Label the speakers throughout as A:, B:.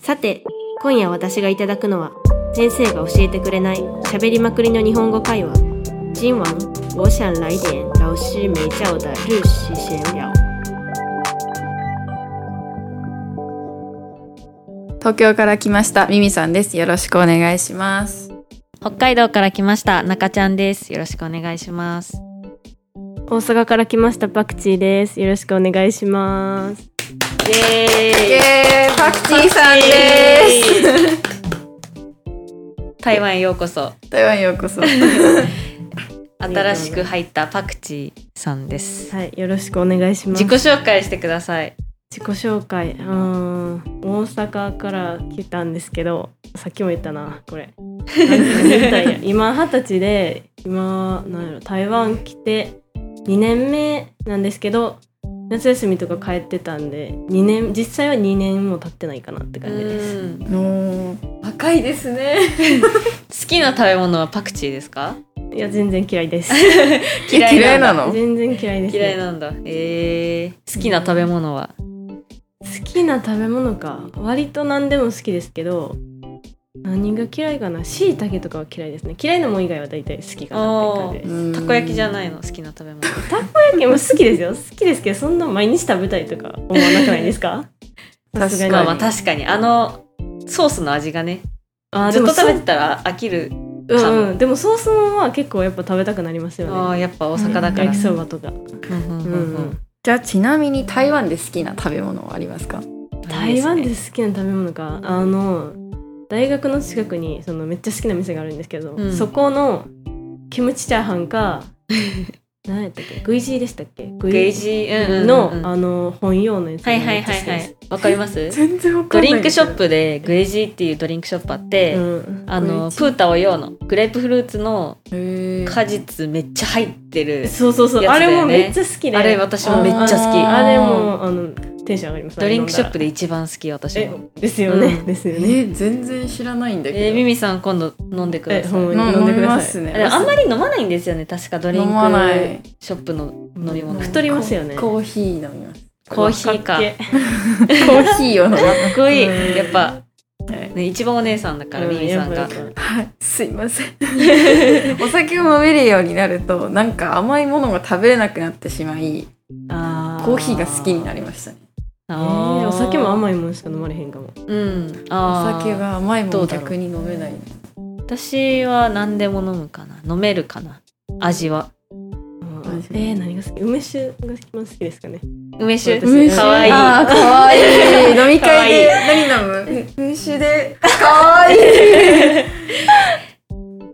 A: さて今夜私がいただくのは先生が教えてくれない喋りまくりの日本語会話今晚我想来点老师没教的日式闲聊
B: 東京から来ましたミミさんですよろしくお願いします
C: 北海道から来ました中ちゃんですよろしくお願いします
A: 大阪から来ましたパクチーですよろしくお願いします
B: イエーイパクチーさんです
C: 台湾へようこそ
B: 台湾ようこそ
C: 新しく入ったパクチーさんです
A: はいよろしくお願いします
C: 自己紹介してください
A: 自己紹介うーん大阪から来たんですけどさっきも言ったなこれなんて言ったん や今二十歳で今なんやろ台湾来て2年目なんですけど夏休みとか帰ってたんで2年実際は2年も経ってないかなって感じです
C: 好
B: おー若いです ね
C: きな食べ物はパクチーですか
A: いや全然嫌いです
B: 嫌い
C: んだ
B: なの
A: 全然嫌いです、ね、
C: 嫌いなんだえー、好きな食べ物は
A: 好きな食べ物か割と何でも好きですけど何が嫌いかなしいたけとかは嫌いですね嫌いなもん以外は大体好きかなっていう感じです
C: たこ焼きじゃないの好きな食べ物
A: いやもう好きですよ好きですけどそんな毎日食べたいとか思わなくないです かさすがに
C: まあまあ確かにあのソースの味がね
A: あー
C: ず
A: で
C: っ
A: も
C: と
A: そ
C: 食べてたら飽きる
A: うん、うん、でもソースもんは結構やっぱ食べたくなります
C: あ
A: よ
C: ー
A: ね
C: やっぱ大阪だから
A: 焼きそばとか、
C: うんうん
A: う
C: う
A: う
C: んんうん
A: ん、
B: じゃあちなみに台湾で好きな食べ物はありますか
A: 台湾で
C: いい
A: 好
C: す
A: きな食べ物かあの大学の近くにそのめっちゃ好きな店があるんですけど、
C: うん
A: そこのキムチチャーハンか 何やったっけグイジーでしたっけグ
C: ねゲージ、うんうんうん、
A: の、
C: は
A: あの本用のやつ
C: いはいはいはいわかります
B: 全然わ
C: ドリンクショップでグエジーっていうドリンクショップあって、
A: うん、
C: あのプータオ用のグレープフルーツの
B: プ
C: 果実めっちゃ入ってる、
A: そうそうそう、
C: やつ
A: あ
C: だよ
A: れ
C: ね
A: もめっちゃ好きで
C: あれ私もめっちゃ好き
A: あ
B: あー
A: れもあのテンション上がります
C: ドリンクショップ
A: で
C: で一番好き私
A: え
C: も
A: ですよね、
C: うん
A: ですよ
B: え
A: ね
B: ー全然知らないんだけど
C: えー、ミミさん今度飲んでくだ
A: えほ
C: さ
A: んま
C: い
A: に飲んでく
B: 飲み
A: だ
B: ま
A: さ
B: す
A: い
B: ね
C: あでもあんまり飲まないんですよね確かドリンク
B: 飲まない
C: ショップの飲み物
A: 太りますよね
B: コーヒー飲みます
C: コーヒー
A: か
C: か
A: っ
C: か
A: け
C: っ
B: コーヒーを飲みます
C: こいい
A: うん
C: やっぱ、
B: い
C: ね、一番お姉さんだから、
A: う
C: ミミさん
A: や
C: が
A: っぱやっぱ
B: はいすいませ んお酒を飲めるようになるとなんか甘いものが食べれなくなってしまい
C: あ
B: コーヒーが好きにな
C: る
B: りましたね
A: えーお酒も
C: い
A: 甘いもんしか飲まれへんかも
C: うん
B: お
C: あー
B: 酒が甘いも
C: ど
B: の
C: うだろう
B: 逆に飲めない
C: 私は何でも飲むかな飲めるかな味は
B: ん
A: えー、何が好き梅酒が一番好きですかね
C: 梅酒
A: そうですね
C: かわいい
B: あーかわいい飲み会で何飲む風酒でかわいい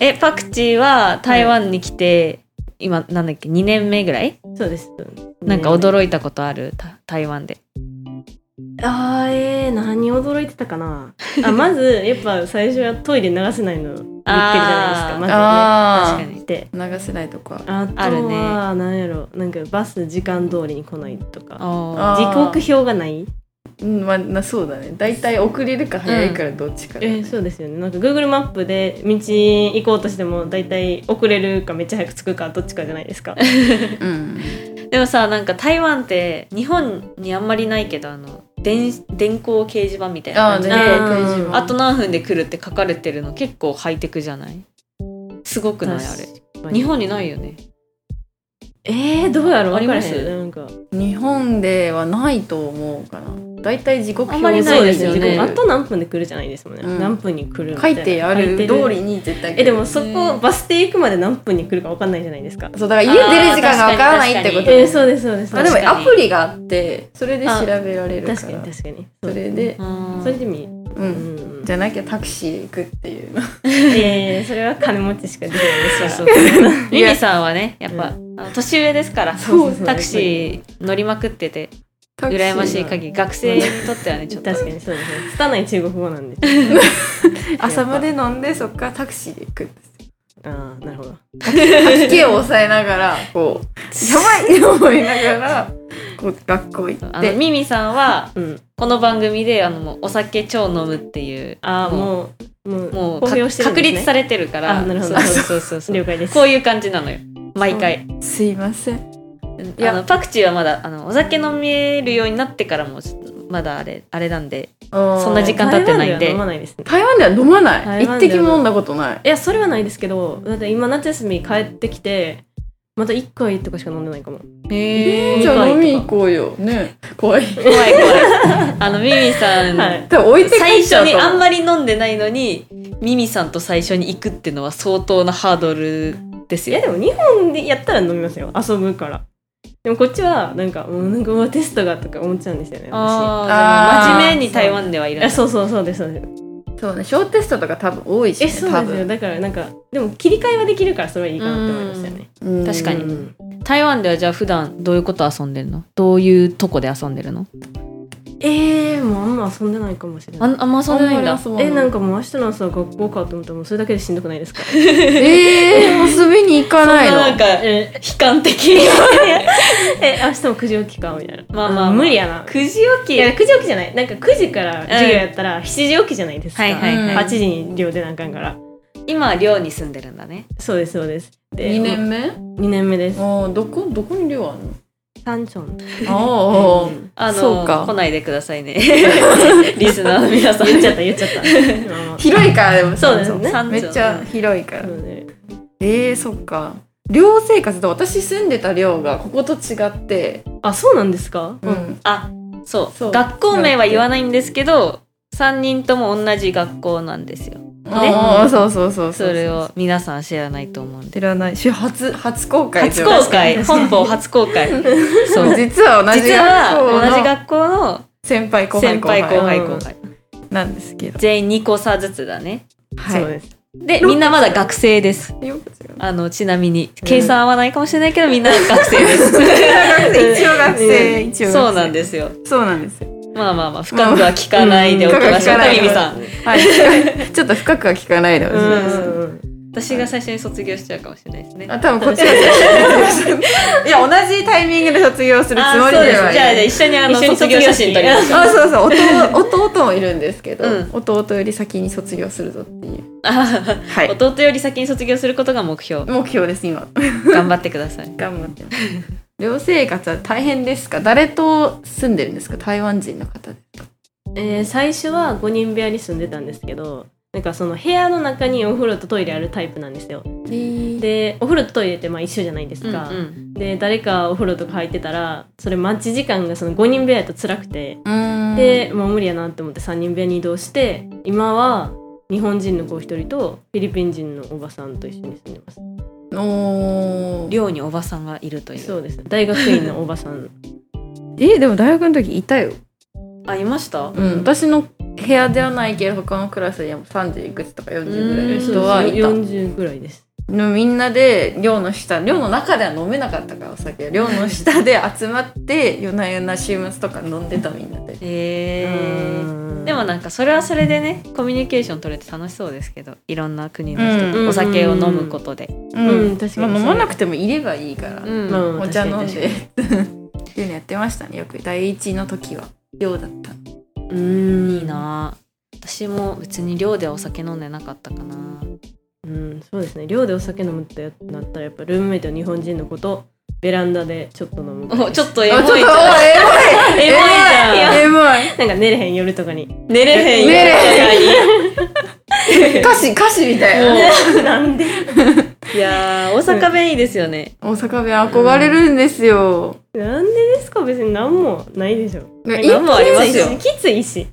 C: えパクチーは台湾に来て、今なんだっけ2年目ぐらい
A: そうです
C: なんか
A: い
C: 驚いたことあるた台湾で
A: あーえー、何驚いてたかなあ まずやっぱ最初はトイレ流せないのびっくりじゃないですか
C: あー
A: まずね
B: あ
C: 確か
B: ー
C: に
A: で
B: 流せないとか
A: あと
C: あるね
A: は何やろなんかバス時間通りに来ないとか
C: あ
A: 時刻表がない
B: うんまあなそうだね大体遅れるか早いからどっちかだ
A: え
B: ね
A: ーそうですよねなんか Google マップで道行こうとしても大体遅れるかめっちゃ早く着くかどっちかじゃないですか
B: うん
C: ーでもさなんか台湾って日本にあんまりないけどあの電電光掲示板みたいな
B: あー
C: 感じ
B: で
C: で
A: 電光
C: あ
A: 掲示板
C: と何分で来るって書かれてるの結構ハイテクじゃないすごくないあれ
A: 確かに
C: 日本にないよね
A: えー、どうやろう
C: あり
A: 分から
C: ま
A: へ
C: す
A: んなんか
B: 日本ではないと思うかな大体時刻
C: あんまり
B: 表
C: ないですよ
A: そう
C: ね
A: 時刻あと何分で来るじゃないですもんね、
B: うん
A: 何分に来るみた
B: 書
A: い
B: い
A: な
B: てあ
A: 書いて
B: る通りに絶対来る
A: えでもそこ
C: ね
A: バス停行くまで何分に来るか分かんないじゃないですか
B: そうだから家出る時間がわからないってこと
A: え
B: ね
A: ー、そうですそうです
B: あでも
C: 確かに
B: アプリがあってそれで調べられるから
A: 確かに確かに
B: それで
A: それで見
B: う、
A: うんん
B: じゃなきゃタクシー行くっていう
A: えー、それは金持ちしかできない
C: そう
A: です
C: そ
A: か
C: うミミさんはねやっぱ、
A: う
C: あの年上ですから
B: そうそうそう
C: タクシー乗りまくってて
B: タクシー
C: 羨ましい限り学生にとってはねちょっと
A: ら確かにそう ですね拙い中国語なんで
B: 朝まで飲んでそっからタクシーで行く
A: ああなるほど
B: 吐き気を抑えながらこうやばいと思いながらこう学校行っ
C: あの
B: て
C: ミミさんは
A: うん
C: この番組であのもうお酒超飲むっていう
A: ああ
C: も
A: もうもう
C: うもう
A: 公
C: か
A: 表してるん
C: 確
A: ですね
C: 立されてるから
A: あなるほど
C: そうそうそうそう
A: 了解です
C: こういう感じなのよ毎回
B: すいません
C: うん
B: いや
C: あのパクチーはまだあのお酒飲めるようになってからもちょっとまだあれあれなんで
B: そ
C: そんな時間経ってないんで
A: 台湾は飲まないですね
B: 台湾では飲まな
A: 台
B: い一
A: 湾では
B: 滴も飲んだことない
A: いやそれはないですけどだって今夏休み帰ってきてまた1回とかしか飲んでないかも
C: へ
A: ー
B: じゃあ飲み行こうよね怖い
C: 怖い怖いあのミミさん、
A: はい
B: 多分置いて帰
C: 最
B: っち
C: 初
B: ゃう
C: に
B: と
C: あん
B: 思う
C: まり飲んでないのにミミさんと最初に行くってのは相当なハードルです
A: いや
C: よ
A: でも日本でやったら飲みますよ遊ぶからでもこっちはなんかうんなんかうわテストがとか思っちゃうんですよね私
B: あ
C: あ
B: ー
C: あ真面目に台湾ではい
A: い
C: らな
A: や
C: い
A: そうそうそうですそうです
B: そうね小テストとか多分多いし
A: え
B: ね
A: そうなんですよだからなんかでも切り替えはできるからそれはいいかなって思いましたよね
B: 多分
C: 確かに
B: う
A: うんん
C: 台湾ではじゃあ普段どういうこと遊んでるのどういうとこで遊んでるの
A: えー、もうあんま遊んでないかもしれ
C: あ
A: ない
C: んあんま遊んでないん
B: あ
C: だ
B: まり遊ば
A: えなんかもう明日の朝学校かと思ったらもうそれだけでしんどくないですか
B: えー、遊びに行かないの
C: なんか
A: え
C: 悲観的
A: え明日も9時起きかみたいな
C: まあまあまあ
A: うん無理やな
C: 9時
A: い
C: 起
A: や
C: き
A: 9時起きじゃないなんか9時から授業やったら7時起きじゃないですか、
C: はいはい
B: はい
A: 8時に寮出なあかんから
C: 今寮に住んでるんだね
A: そうですそうですで
B: 2年目
A: 2年目です
B: あーどこどこに寮ある
A: 三丁目
B: のあー
C: あの
B: そうか
C: 来ないでくださいね リスナーの皆さん
A: 言っちゃった言っちゃったまあまあ
B: 広いからでも
A: そうですね
B: 三畳めっちゃ広いから、
A: そうね
B: えー、そっか寮生活で私住んでた寮がここと違って、
A: あそうなんですか
B: うん、
C: あそう
B: そう
C: 学校名は言わないんですけど3人とも同じ学校なんですよ
B: あーそうそうそうう
C: それを皆さん知らないと思うん
B: 知
C: で
B: らないし初初公開
C: 初公 開本邦初公開そ
B: そう
C: う
B: 実は同じ
C: 実は同じ
B: 学校の
C: 学校の
B: 先輩後輩
C: 先
B: 後
C: 輩後
B: 輩
C: 輩
A: うん
C: 後輩
B: なんですけど
C: 全員2個差ずつだね
A: そう
B: は
A: です
C: でみんなまだ学生です
B: いよく違う
C: あのちなみに計算合わないかもしれないけどみんな学生で
B: 一応学生一応学生
C: すそうなんですよ
B: そうなんですよ
C: まあまあまあ深くは聞かないでおきましょう
B: まあま
C: か
B: あ
C: みみさん
B: はいちょっと深くは聞かないでほしいです
A: うんうんうん
C: 私が最初に卒業しちゃうかもしれないですね
B: あ多分こっちが卒業するいや同じタイミングで卒業するつもり
C: そう
B: で
C: ですじゃ
B: は
C: あじゃあ
B: い
C: 一緒にあの
A: 一緒に
C: 卒業写真撮りましょう
B: あそうそう弟弟もいるんですけど、
C: うん
B: 弟より先に卒業するぞっていう
C: あ
B: はい
C: 弟より先に卒業することが目標
B: 目標です今
C: 頑張ってください
B: 頑張ってます寮生活は大変ですか誰と住んでるんですか台湾人の方で
A: えー最初は5人部屋に住んでたんですけどなんかその部屋の中にお風呂とトイレあるタイプなんですよ
B: で
A: でお風呂とトイレってまあ一緒じゃないですか、
C: うんうん
A: で誰かお風呂とか入ってたらそれ待ち時間がその5人部屋やと辛くて
B: うん
A: で、もう無理やなって思って3人部屋に移動して今は日本人の子一人とフィリピン人のおばさんと一緒に住んでます
B: おー
C: 寮におばさんがいるという
A: そうです大学院のおばさ ん
B: えでも大学の時いたよ、
C: あいました
B: うん、私の部屋ではないけど他のクラスでも30いくつとか40ぐらいの人はいた
A: 40ぐらいです
B: のみんなで寮の下寮の中では飲めなかったからお酒寮の下で集まって夜な夜な週末とか飲んでたみんなで
C: え
A: う
C: ー
A: ん
C: でもなんかそれはそれでねコミュニケーション取れて楽しそうですけどいろんな国の人
A: う
C: と
A: ん
C: お酒を飲むことで、
B: うん
A: うん確かに
B: まあ、飲まなくてもいればいいから、
C: うん
A: まあうん
B: お茶飲ん
A: 確
B: でっていうのやってましたねよく第一の時は寮だった
A: うん
C: いいな私も別に寮ではお酒飲んでなかったかな
A: うんそうですね寮でお酒飲むってなったらやっぱルームメイトの日本人の子とベランダでちょっと飲むぐらい
C: お
A: です
C: ちょ っとエ
B: あちょっ
C: モい
B: と
C: な
B: おいエモ
A: エ
B: い
A: モいじゃん
B: エモい
A: なんか寝れへん夜とかに
C: 寝れへんよ
B: 寝
C: れ
B: 歌詞歌詞みたいなね
A: なんで
C: いやー大阪弁いいですよね、
B: 大阪弁憧れるんですよ、
A: なんでですか別に何もないでしょ
B: でも
A: え
B: 一
C: 何もありますよ
A: きついし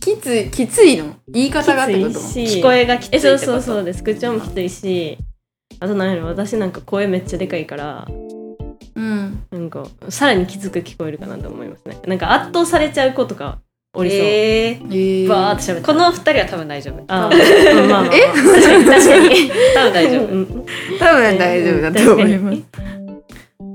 A: きついし
B: きついきついの言い方がってこ
A: き
B: と
A: ついし
C: 聞こえがきつい
A: え
C: って
A: そ
C: こ
A: う
C: と
A: そうそうです口調もきついしあと何やろ私なんか声めっちゃでかいから
B: うん
A: なんかさらにきつく聞こえるかなと思いますねなんか圧倒されちゃう子とかおりそう、
C: えー
B: えー
A: バーって喋って
C: この二人は多分大丈夫
A: あーうんまあ まあまあ
B: え
A: 確かに確かに
C: 多分 大丈夫
A: 夫
B: 多分大丈夫だと思います。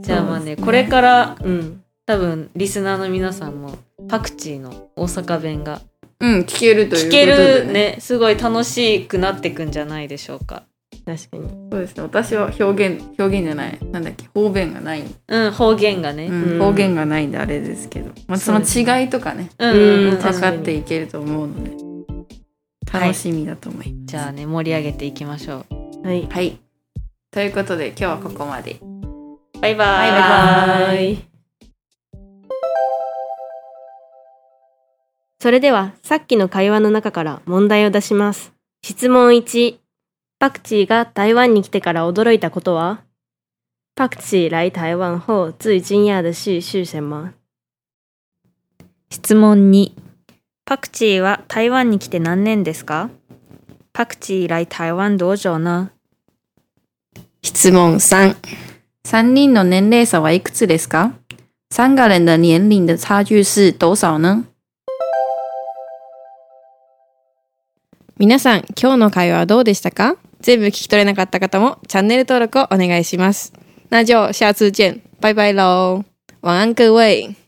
C: じゃあまあ
B: そう
C: ね
B: ですね
C: これから
A: うん
C: 多分リスナーの皆さんもパクチーの大阪弁が
B: うん、聞けるという
C: 聞
B: こと
C: け
B: で、
C: る。ねすごい楽しくなってくんじゃないでしょうか
A: 確かに
B: そうですね。私は表現、表現じゃない。なんだっけ、方便がない。
C: うん方言が
B: う、
C: ね
A: うんん
B: 方言がないんであれですけど。まあ、そ
A: そう
B: の
A: です
B: 違いとかね、
C: うんうんうん
A: うん
B: 分かっていけると思うので、
C: はい
B: 楽しみだと思いま
C: じゃあね盛り上げていきましょう
A: はい
B: す。はい。ということで、今日はここまで。
C: バ
B: バイ
C: イバーイ
B: バーイ
A: イそれではさっきの会話の中から問題を出します。質問1。パクチーが台湾に来てから驚いたことはパクチー来台湾后最惊讶的事是什么
C: 質問2パクチーは台湾に来て何年ですかパクチー来台湾多久呢
D: 質問3。三人の年齢差はいくつですか三个人的年龄的差距是多少呢
B: 皆さん、今日の会話はどうでしたか全部聞き取れなかった方もチャンネル登録をお願いします。那就下次见，拜拜喽，晚安各位。